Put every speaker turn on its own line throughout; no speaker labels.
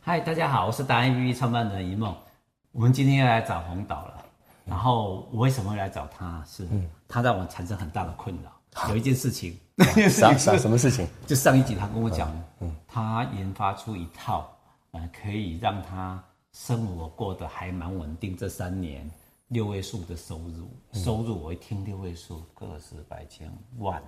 嗨，大家好，我是达 APP 创办人一梦。我们今天要来找红导了。然后我为什么会来找他？是他让我产生很大的困扰。有一件事情，那 件事
啥
情
啥
是
什么事情？
就上一集他跟我讲，他研发出一套，呃，可以让他生活过得还蛮稳定，这三年六位数的收入，收入我一听六位数，个十百千万，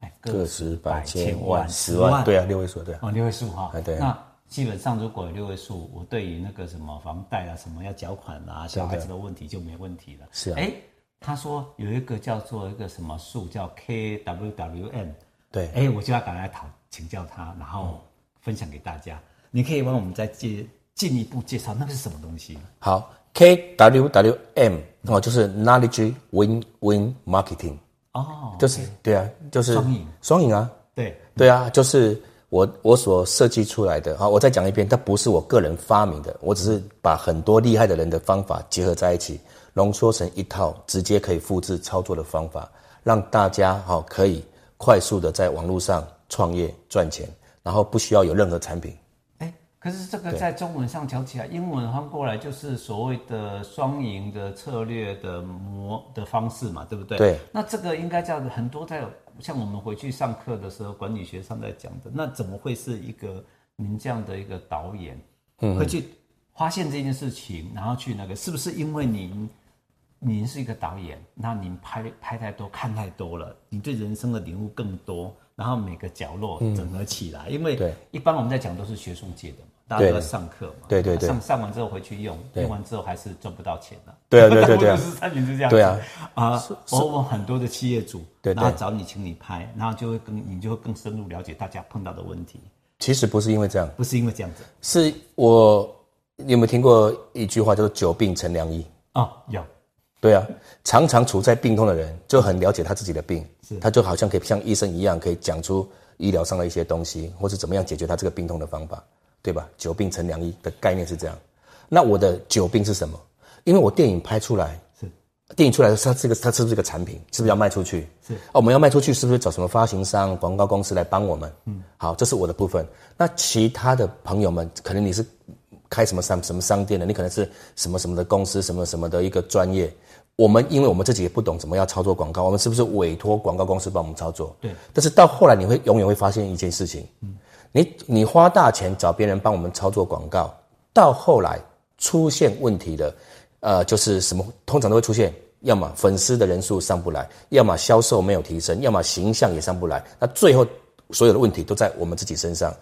哎，
个十百千
万
万十万，对啊，六位数对啊。
哦，六位数哈
哎，对
那基本上如果有六位数，我对于那个什么房贷啊、什么要缴款啊、小孩子的问题就没问题了。
是啊
哎，他说有一个叫做一个什么数叫 KWWM，
对嗯
哎，我就要赶快讨请教他，然后分享给大家。你可以帮我们再介进一步介绍那个是什么东西？
好，KWWM 哦，就是 Knowledge Win Win Marketing，
哦，
就是对啊，就是
双赢
双赢啊，
对，
对啊，就是我我所设计出来的啊。我再讲一遍，它不是我个人发明的，我只是把很多厉害的人的方法结合在一起，浓缩成一套直接可以复制操作的方法，让大家好、可以快速的在网络上创业赚钱，然后不需要有任何产品。
哎，可是这个在中文上讲起来，英文翻过来就是所谓的双赢的策略的模的方式嘛，对不对？
对。
那这个应该叫很多在像我们回去上课的时候，管理学上在讲的，那怎么会是一个您这样的一个导演，会去发现这件事情，然后去那个，是不是因为您？您是一个导演，那您拍拍太多、看太多了，你对人生的领悟更多，然后每个角落整合起来。因为
对
一般我们在讲都是学术界的嘛，大家都在上课嘛，
对对对
上上完之后回去用，用完之后还是赚不到钱了。
对啊对 啊对啊对
大
啊
部分都是产品是这样子。
对啊
啊，我我很多的企业主，
对对
然后找你请你拍，然后就会更你就会更深入了解大家碰到的问题，
其实不是因为这样，
不是因为这样子
是我你有没有听过一句话叫做“久病成良医”？
哦，有
对啊，常常处在病痛的人就很了解他自己的病，他就好像可以像医生一样，可以讲出医疗上的一些东西，或是怎么样解决他这个病痛的方法，对吧？久病成良医的概念是这样。那我的久病是什么？因为我电影拍出来，
是
电影出来的时候，它这个它是不是一个产品？是不是要卖出去？
是
哦，我们要卖出去，是不是找什么发行商、广告公司来帮我们？嗯，好，这是我的部分。那其他的朋友们，可能你是开什么商什么商店的，你可能是什么什么的公司，什么什么的一个专业。我们因为我们自己也不懂怎么样操作广告，我们是不是委托广告公司帮我们操作？
对。
但是到后来，你会永远会发现一件事情，嗯，你你花大钱找别人帮我们操作广告，到后来出现问题了，呃，就是什么通常都会出现，要么粉丝的人数上不来，要么销售没有提升，要么形象也上不来，那最后所有的问题都在我们自己身上。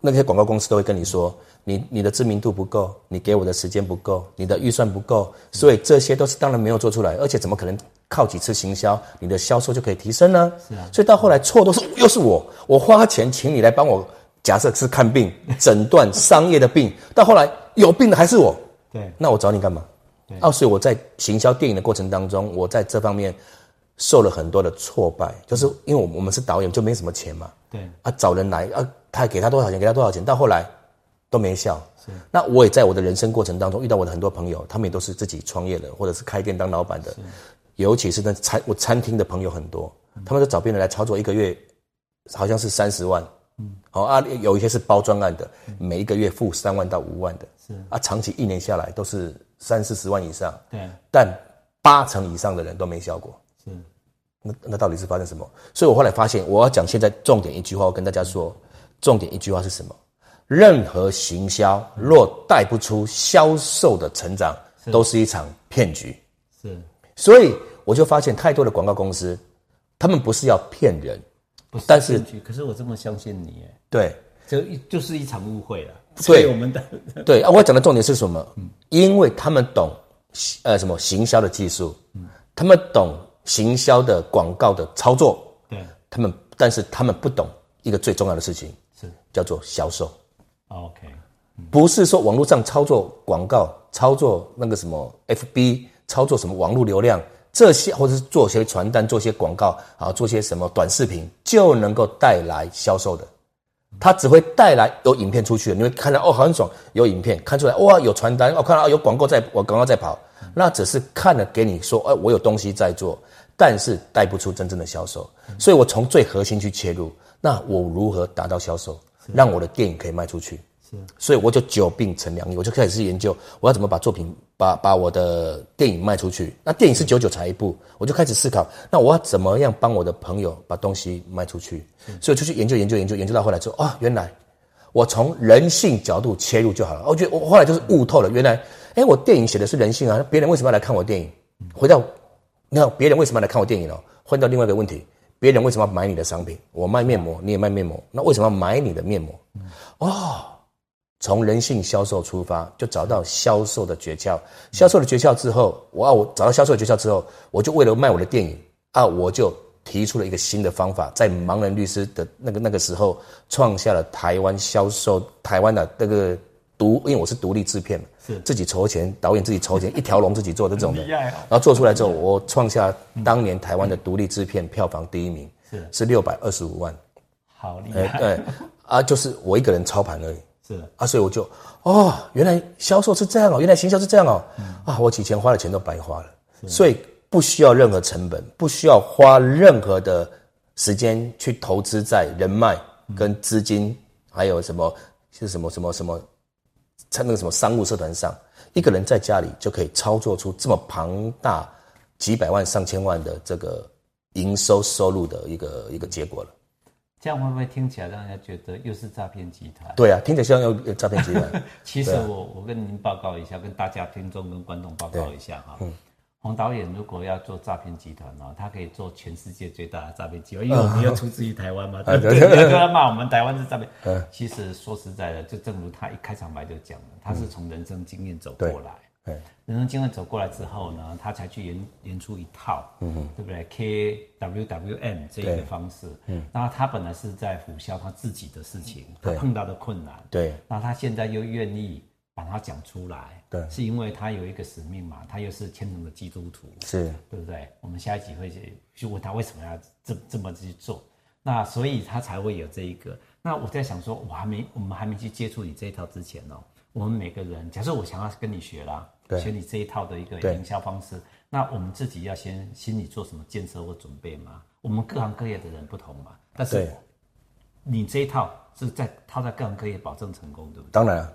那些广告公司都会跟你说，你你的知名度不够，你给我的时间不够，你的预算不够，所以这些都是当然没有做出来，而且怎么可能靠几次行销，你的销售就可以提升呢？是啊，所以到后来错都是又是我，我花钱请你来帮我，假设是看 病、诊断商业的病，到后来有病的还是我，
对
那我找你干嘛？啊，所以我在行销电影的过程当中，我在这方面受了很多的挫败，就是因为我们我们是导演，就没什么钱嘛，
对
啊，找人来啊，他给他多少钱，给他多少钱，到后来都没效。那我也在我的人生过程当中遇到我的很多朋友，他们也都是自己创业的，或者是开店当老板的，尤其是那餐我餐厅的朋友很多，他们都找别人来操作，一个月好像是三十万，嗯，好、啊，有一些是包专案的，每一个月付三万到五万的，是啊，长期一年下来都是三四十万以上，
对
但八成以上的人都没效果。
是
那那到底是发生什么？所以我后来发现，我要讲现在重点一句话，我跟大家说，重点一句话是什么？任何行销若带不出销售的成长，都是一场骗局。
是
所以我就发现，太多的广告公司，他们不是要骗人，
不是
但是
骗局可是我这么相信你，哎，
对
就一就是一场误会了。所以我们的
对啊。我讲的重点是什么？因为他们懂呃什么行销的技术，他们懂行销的广告的操作，
对
他们但是他们不懂一个最重要的事情，
是
叫做销售。
哦 OK，
不是说网络上操作广告、操作那个什么 FB、操作什么网络流量这些，或者是做些传单、做些广告啊、做些什么短视频，就能够带来销售的。它只会带来有影片出去，你会看到哦，好很爽，有影片看出来，哇，有传单，哦，看到、哦、有广告在，我广告在跑，那只是看了给你说，哎、我有东西在做，但是带不出真正的销售，所以我从最核心去切入，那我如何达到销售，让我的电影可以卖出去？所以我就久病成良医，我就开始研究我要怎么把作品把把我的电影卖出去。那电影是久久才一部，我就开始思考，那我要怎么样帮我的朋友把东西卖出去？所以我就去研究研究研究研究到后来之后，哦，原来我从人性角度切入就好了。我觉得我后来就是悟透了，原来哎，我电影写的是人性啊，那别人为什么要来看我电影？回到你看别人为什么要来看我电影哦？换到另外一个问题，别人为什么要买你的商品？我卖面
嗯
膜，你也卖面膜，那为什么要买你的面膜？哦。从人性销售出发，就找到销售的诀
嗯
窍。销售的诀窍之后，我要我找到销售的诀窍之后，我就为了卖我的电影啊，我就提出了一个新的方法，在盲人律师的那个那个时候，创下了台湾销售台湾的那个独，因为我是独立制片嘛，
是
自己筹钱，导演自己筹钱，一条龙自己做的这种的，
很厉害哦
然后做出来之后，我创下当年台湾的独立制片票房第一名，
是
是六百二十五万，
好厉
哎、
害，
对，啊，就是我一个人操盘而已。
是
啊，所以我就哦，原来销售是这样哦，原来行销是这样哦，啊，我以前花的钱都白花了，所以不需要任何成本，不需要花任何的时间去投资在人脉跟资金，还有什么是什么什么什么，在那个什么商务社团上，一个人在家里就可以操作出这么庞大几百万上千万的这个营收收入的一个一个结果了。
这样会不会听起来让人家觉得又是诈骗集团？
对啊，听着像有有诈骗集团，
其实
啊
我我跟您报告一下，跟大家听众跟观众报告一下哈。
嗯
洪导演如果要做诈骗集团哦，他可以做全世界最大的诈骗集团，因为我们又出自于台湾
啊
嘛，对不对？人 家都在骂我们台湾是诈骗。
嗯
其实说实在的，就正如他一开场白就讲了，他是从人生经验走过来。
对
人生经验走过来之后呢，他才去研研出一套，嗯对不对？K W W M 这一个方式，嗯，那他本来是在辅销他自己的事情，他
对
碰到的困难，
对
那他现在又愿意把它讲出来，
对
是因为他有一个使命嘛，他又是虔诚的基督徒，
是
对不对？我们下一集会去去问他为什么要这这么去做，那所以他才会有这一个。那我在想说，我还没我们还没去接触你这一套之前哦，我们每个人，假设我想要跟你学啦，学你这一套的一个营销方式，那我们自己要先心里做什么建设或准备吗？我们各行各业的人不同嘛，但是
对，
你这一套是在套在各行各业保证成功，对不对？
当然啊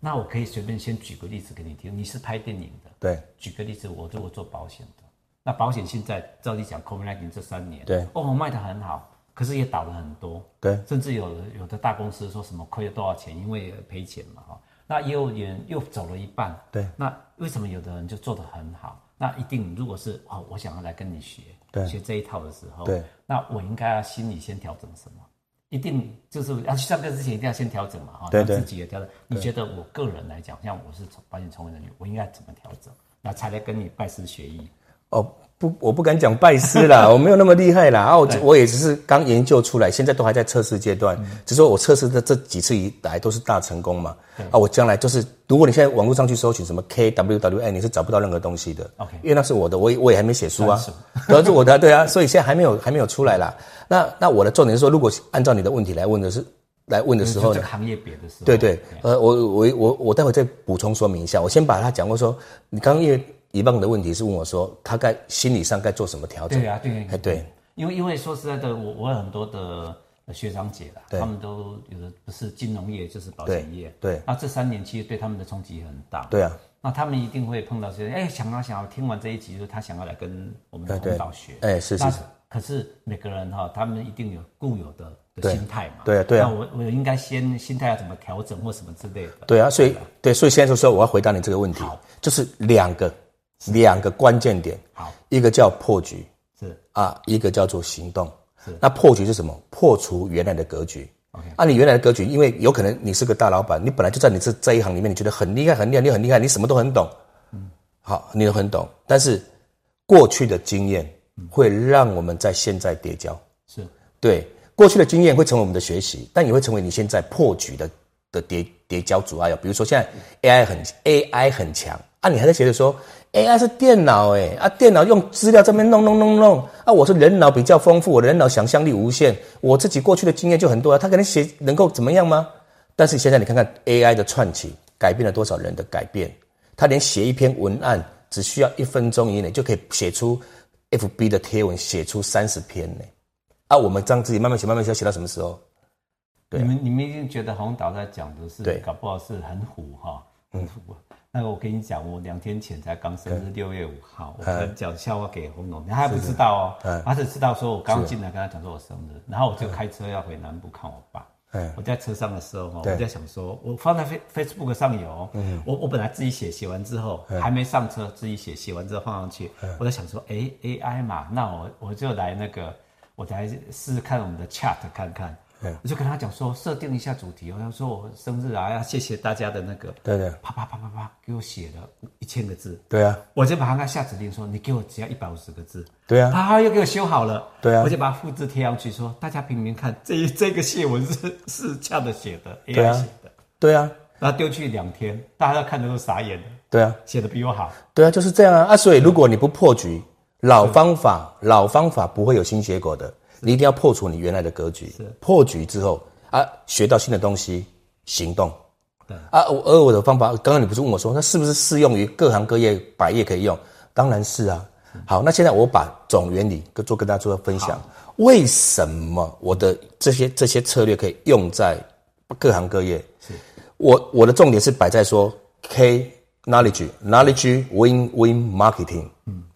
那我可以随便先举个例子给你听，你是拍电影的，
对。
举个例子，我做我做保险的，那保险现在照理讲 c o v i d 这三年，
对，
哦，卖得很好，可是也倒了很多，
对
甚至有的有的大公司说什么亏了多少钱，因为赔钱嘛哈，那也有人又走了一半，
对，
那为什么有的人就做得很好？那一定如果是哦，我想要来跟你学，
对
学这一套的时候，
对，
那我应该要心里先调整什么？一定就是要去上课之前一定要先调整嘛，哈，
对
让
对
自己也调整。你觉得我个人来讲，像我是从保险从业人员，我应该怎么调整，那才来跟你拜师学艺？
哦，不，我不敢讲拜 师啦，我没有那么厉害啦。啊，我只我也只是刚研究出来，现在都还在测试阶段。
嗯
只是说我测试的这几次以来都是大成功嘛。啊，我将来就是，如果你现在网络上去搜寻什么 KWWN，你是找不到任何东西的。
OK
因为那是我的，我也我也还没写书啊
专属，
主要是我的，对啊，所以现在还没有还没有出来啦。那那我的重点是说，如果按照你的问题来问的是来问的时候
就这
呢
个，行业别的时候，
对对，
嗯
呃，我我我我待会再补充说明一下。我先把他讲过说，你刚刚因为一棒的问题是问我说，他该心理上该做什么调整？
对啊，对
哎，对，
因为因为说实在的，我我有很多的呃学长姐啦，他们都有的不是金融业就是保险业，
对对
那这三年其实对他们的冲击很大，
对啊，
那他们一定会碰到这些，哎，想要想要听完这一集，就是他想要来跟我们
对对
红导学，
哎是是
那
是
可是每个人哈、他们一定有固有的的心态嘛，
对啊对啊
那我我应该先心态要怎么调整或什么之类的，
对啊，所以对，所以现在就说我要回答你这个问题，就是两个两个关键点，
好，
一个叫破局
是
啊，一个叫做行动。那破局是什么？破除原来的格局。
OK
啊，你原来的格局，因为有可能你是个大老板，你本来就在你这这一行里面，你觉得很厉害，很厉害，你很厉害，你什么都很懂。好，你很懂，但是过去的经验会让我们在现在跌跤。
是
对，过去的经验会成为我们的学习，但也会成为你现在破局的的叠叠交阻碍哦。比如说现在 AI 很 AI 很强啊，你还在觉得说 AI 是电脑哎啊，电脑用资料这边弄弄弄弄啊，我是人脑比较丰富，我的人脑想象力无限，我自己过去的经验就很多啊，他可能写能够怎么样吗？但是现在你看看 AI 的串起，改变了多少人的改变？他连写一篇文案只需要一分钟以内就可以写出 FB 的贴文，写出三十篇呢。啊，我们这样自己慢慢写，慢慢写，写到什么时候？
你们你们一定觉得洪导在讲的是
对，
搞不好是很虎哈，很虎。那个我跟你讲，我两天前才刚生日，六月五号，我才讲笑话给洪总，他还不知道哦，他只知道说我刚进来跟他讲说我生日，然后我就开车要回南部看我爸。
哎
我在车上的时候，哈，我在想说，我放在 Face Facebook 上有，我我本来自己写，写完之后还没上车，自己写，写完之后放上去，我在想说，哎，AI 嘛，那我我就来那个，我来试试看我们的 Chat 看看，我就跟他讲说，设定一下主题哦，要说我生日啊，要谢谢大家的那个，
对对
啪啪啪啪啪，给我写了一千个字，
对啊，
我就把他下指令说，你给我只要一百五十个字，
对啊，
他又给我修好了，
对啊
我就把它复制贴上去说，大家评评看，这这个谢文是是这样的写的
对啊
，AI 写的，
对啊，
然后丢去两天，大家看的都傻眼了，
对啊，
写的比我好，
对啊，就是这样啊啊！所以如果你不破局，老方法老方法不会有新结果的，你一定要破除你原来的格局。破局之后啊，学到新的东西，行动。
对
啊，我而我的方法，刚刚你不是问我说，那是不是适用于各行各业、百业可以用？当然是啊。好，那现在我把总原理跟做跟大家做分享，为什么我的这些这些策略可以用在各行各业？我我的重点是摆在说 K knowledge knowledge win win marketing，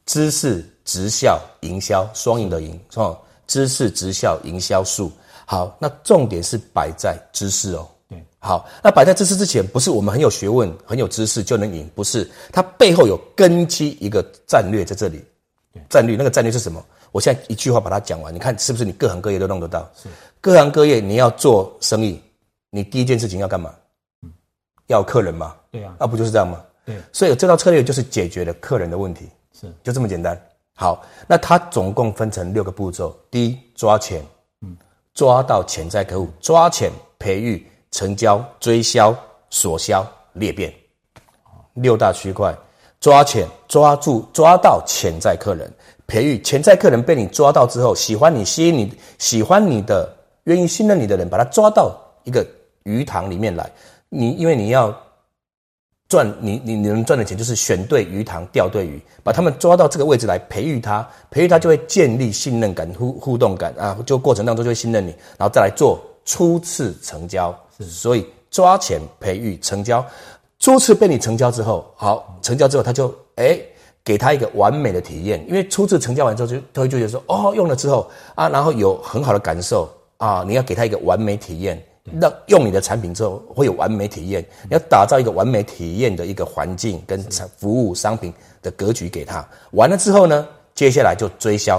知识直销营销双赢的赢是吧？知识直销营销术。好，那重点是摆在知识哦。
对，
好，那摆在知识之前，不是我们很有学问、很有知识就能赢，不是，它背后有根基一个战略在这里。战略那个战略是什么？我现在一句话把它讲完，你看是不是你各行各业都弄得到？是，各行各业你要做生意，你第一件事情要干嘛？要有客人嘛，
对啊，
那、不就是这样吗？
对，
所以这套策略就是解决了客人的问题，
是
就这么简单。好，那它总共分成六个步骤：第一，抓钱，抓到潜在客户，抓钱、培育、成交、追销、锁销、裂变，六大区块。抓钱，抓住抓到潜在客人，培育潜在客人被你抓到之后，喜欢你、吸引你、喜欢你的、愿意信任你的人，把他抓到一个鱼塘里面来。你因为你要赚你你你能赚的钱就是选对鱼塘钓对鱼，把他们抓到这个位置来培育他，培育他就会建立信任感、互互动感啊，就过程当中就会信任你，然后再来做初次成交。所以抓钱培育成交，初次被你成交之后，好成交之后他就哎。给他一个完美的体验，因为初次成交完之后就，他会就觉得说，哦，用了之后啊，然后有很好的感受啊，你要给他一个完美体验，让用你的产品之后会有完美体验，你要打造一个完美体验的一个环境跟产服务商品的格局给他。完了之后呢，接下来就追销，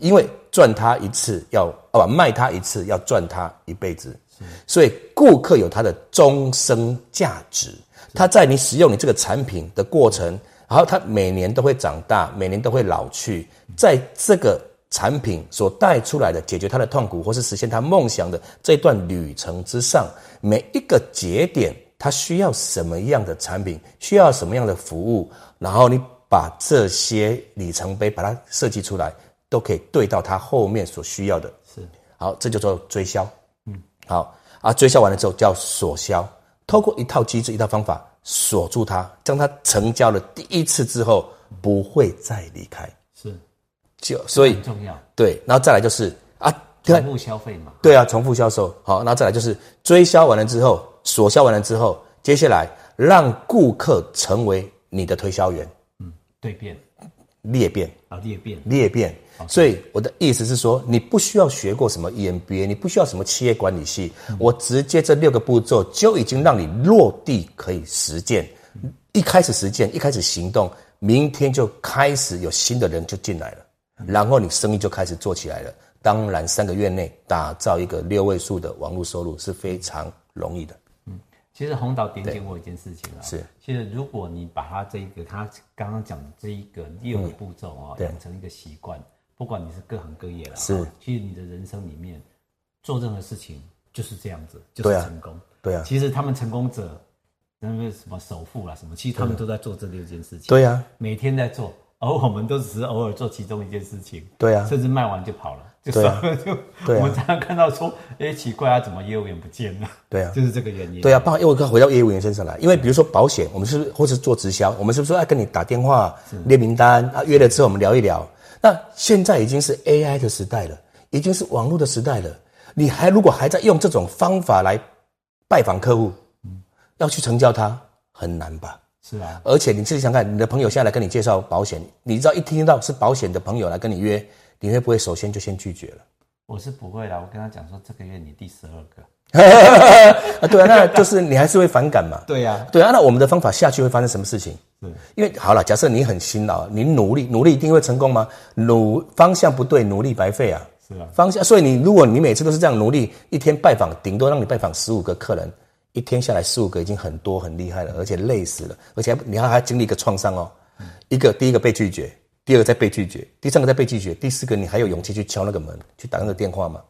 因为赚他一次要啊卖他一次要赚他一辈子，所以顾客有他的终生价值。他在你使用你这个产品的过程，然后他每年都会长大，每年都会老去，在这个产品所带出来的解决他的痛苦或是实现他梦想的这段旅程之上，每一个节点他需要什么样的产品，需要什么样的服务，然后你把这些里程碑把它设计出来，都可以对到他后面所需要的。
是
好，这就叫做追销。嗯，好啊，追销完了之后叫锁销，透过一套机制、一套方法锁住它，将它成交了第一次之后不会再离开。
是
就所以
很重要，
对，然后再来就是啊，第二
重复消费嘛，
对啊，重复销售。好，然后再来就是追销完了之后，锁销完了之后，接下来让顾客成为你的推销员，
对变
裂变。
啊裂变，
裂变。所以我的意思是说，你不需要学过什么 E EMBA，你不需要什么企业管理系，我直接这六个步骤就已经让你落地可以实践。一开始实践，一开始行动，明天就开始有新的人就进来了，然后你生意就开始做起来了。当然，三个月内打造一个六位数的网络收入是非常容易的。
其实洪导点醒我一件事情啊，
是，
其实如果你把他这一个他刚刚讲的这一个六个步骤啊、
对
养成一个习惯，不管你是各行各业了，
是，
其实你的人生里面做任何事情就是这样子，就
对
是
啊
成功。
对啊，
其实他们成功者，那个什么首富啦什么，其实他们都在做这六件事情，
嗯对啊，
每天在做，而我们都只是偶尔做其中一件事情，
对啊，
甚至卖完就跑了，就
对啊
就
对
我
啊
们常常看到说，哎，奇怪啊，怎么业务员不见了？
对啊
就是这个原因。
对啊，包括又回到业务员身上来，因为比如说保险，我们是不是或是做直销，我们是不是要跟你打电话列名单啊？约了之后我们聊一聊。那现在已经是 AI 的时代了，已经是网络的时代了。你还如果还在用这种方法来拜访客户，要去成交他很难吧？
是啊，
而且你自己想看，你的朋友现在来跟你介绍保险，你知道一听到是保险的朋友来跟你约，你会不会首先就先拒绝了？
我是不会啦，我跟他讲说这个月你第十二个。
啊，对啊，那就是你还是会反感嘛。
对呀、
对啊，那我们的方法下去会发生什么事情？
对，
因为好了，假设你很辛劳，你努力，努力一定会成功吗？努方向不对，努力白费啊。
是啊，
方向，所以你如果你每次都是这样努力，一天拜访顶多让你拜访十五个客人，一天下来十五个已经很多很厉害了，而且累死了，而且还你还还经历一个创伤哦，一个第一个被拒绝，第二个再被拒绝，第三个再被拒绝，第四个你还有勇气去敲那个门，去打那个电话吗？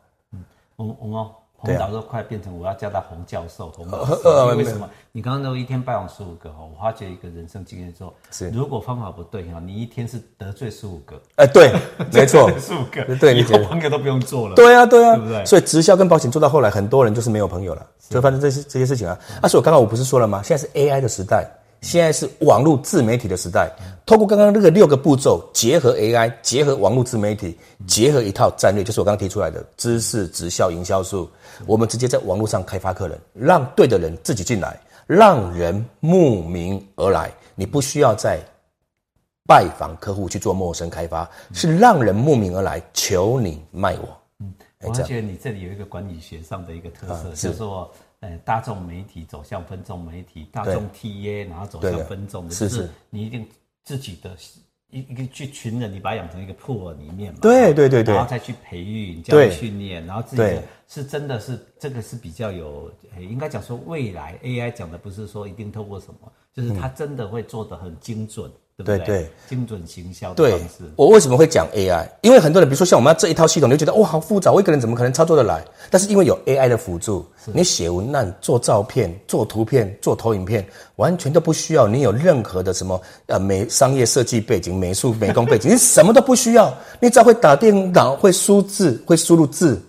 我们我们哦洪导都快变成我要叫他洪教授、洪老师，
啊呃
因为什么？你刚刚都一天拜访十五个哦，我发觉一个人生经验之后，
是
如果方法不对哈，你一天是得罪十五个，
哎、对，没错，
十五个，
对你
以
觉
后
得
朋友都不用做了。
对啊，对啊，
对不对
所以直销跟保险做到后来，很多人就是没有朋友了，所以发生这些这些事情啊。啊，所以我刚刚我不是说了吗？现在是 AI 的时代，现在是网络自媒体的时代。透过刚刚那个六个步骤，结合 AI，结合网络自媒体，结合一套战略，就是我刚刚提出来的知识直销营销术。我们直接在网络上开发客人，让对的人自己进来，让人慕名而来。你不需要再拜访客户去做陌生开发，是让人慕名而来，求你卖我。
我
哎
会觉得你这里有一个管理学上的一个特色，
啊是
叫做呃大众媒体走向分众媒体，大众 TA 然后走向
对的
分众的，
是
就是你一定自己的一一个去群人，你把它养成一个 pool 里面嘛，
对对对对
然后再去培育、你教
对
育训练，然后自己的
对
是真的是这个是比较有，呃应该讲说未来 AI 讲的不是说一定透过什么，就是它真的会做的很精准，对不
嗯对对
精准行销的
对
方式，
我为什么会讲 AI？因为很多人，比如说像我们这一套系统，你就觉得哇，好复杂，我一个人怎么可能操作得来？但是因为有 AI 的辅助，你写文案、做照片、做图片、做投影片，完全都不需要你有任何的什么呃美商业设计背景、美术 美工背景，你什么都不需要，你只要会打电脑、会输字、会输入字，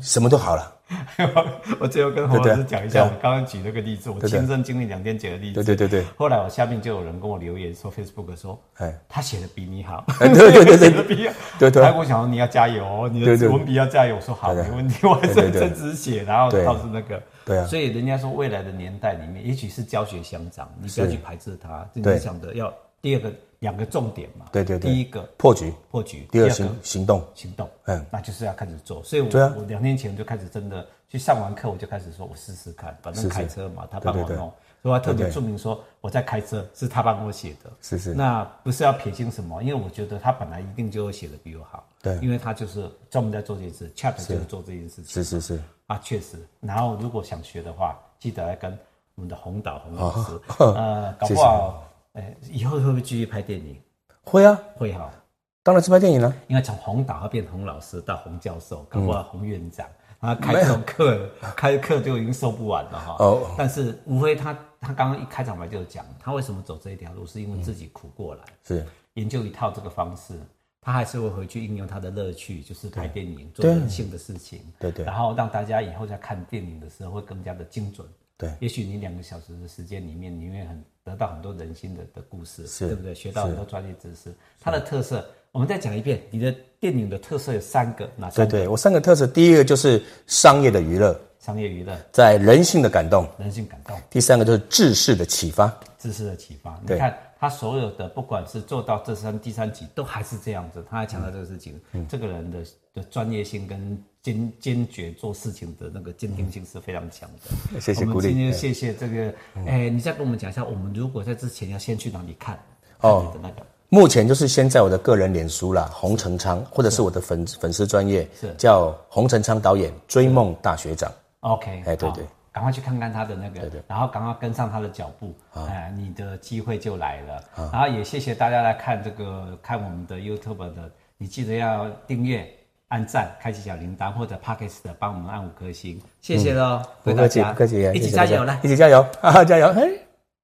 什么都好了。
我最后跟洪老
对
师
对
讲一
对
下，我刚刚举那个例子，我
对对
亲身经历两天几个例
对
子。
对对对，
后来我下面就有人跟我留言说，Facebook 说
哎，
他写的比你好，
哎 对对对
写
对
得比你好
对对
他跟我讲说你要加油哦，你
对对
的文笔要加油。我说好，
对对
没问题，我还
对对
真
对
真实写，然后
对
倒是那个。
对啊
所以人家说未来的年代里面，也许是教学相长，你不要去排斥它。你
对
讲的要第二个两个重点嘛，
对对对
第一个
破局，
破局，
第二
个
行行动，
行动，
嗯
嗯，那就是要开始做。所以我，
对啊
我两天前就开始真的去上完课，我就开始说，我试试看，反正开车嘛，他帮我
对对对
弄，所以我还特
对
别
对
注明说我在开车，是他帮我写的，
是是
那不是要撇清什么，因为我觉得他本来一定就会写的比我好，
对
因为他就是专门在做这件事，Chat 就是做这件事情
嗯是是 是，
啊，确实。然后如果想学的话，记得来跟我们的洪导洪老师，
哦
呃，搞
谢
不
谢
好，哎，以后会不会继续拍电影？
会啊，
会哈。
当然是拍电影了、
因为从洪导他变洪老师到洪教授，搞
嗯
不好洪院长，他开这种课开课就已经收不完了哈。
哦
但是无非他他刚刚一开场白就讲，他为什么走这一条路，是因为自己苦过来，
是
研究一套这个方式，他还是会回去应用他的乐趣，就是拍电影做人性的事情，
对对
然后让大家以后在看电影的时候会更加的精准。
对
也许你两个小时的时间里面，你会很得到很多人心的的故事，
是
对不对？学到很多专业知识。它的特色，我们再讲一遍，你的电影的特色有三个，哪
对
三个？
对，我三个特色，第一个就是商业的娱乐，
商业娱乐、
在人性的感动；
人性感动、
第三个就是知识的启发。
知识的启发。你
对
看他所有的，不管是做到这三第三集，都还是这样子。他还强调这个事情，
嗯
这个人的的专业性跟坚坚决做事情的那个坚定性是非常强的。
谢谢
我
鼓
们
励嗯
今天就哎谢谢这个，哎，你再跟我们讲一下，我们如果在之前要先去哪里看？
哦
看你的那个。
目前就是先在我的个人脸书啦，洪成昌，或者是我的粉粉丝专业
是，
叫洪成昌导演追梦大学长。
OK，
哎对
好
对，
赶快去看看他的那个，然后赶快跟上他的脚步，
啊
哎、你的机会就来了。然后也谢谢大家来看这个看我们的 YouTube 的，你记得要订阅、按赞、开启小铃铛，或者 Pockets 的帮我们按五颗星，谢谢喽，各
不
位
客
大
气，
家
嗯不客气，
一起
啊谢谢大
加
家
油来
一。起加油，哈哈，加油，嘿。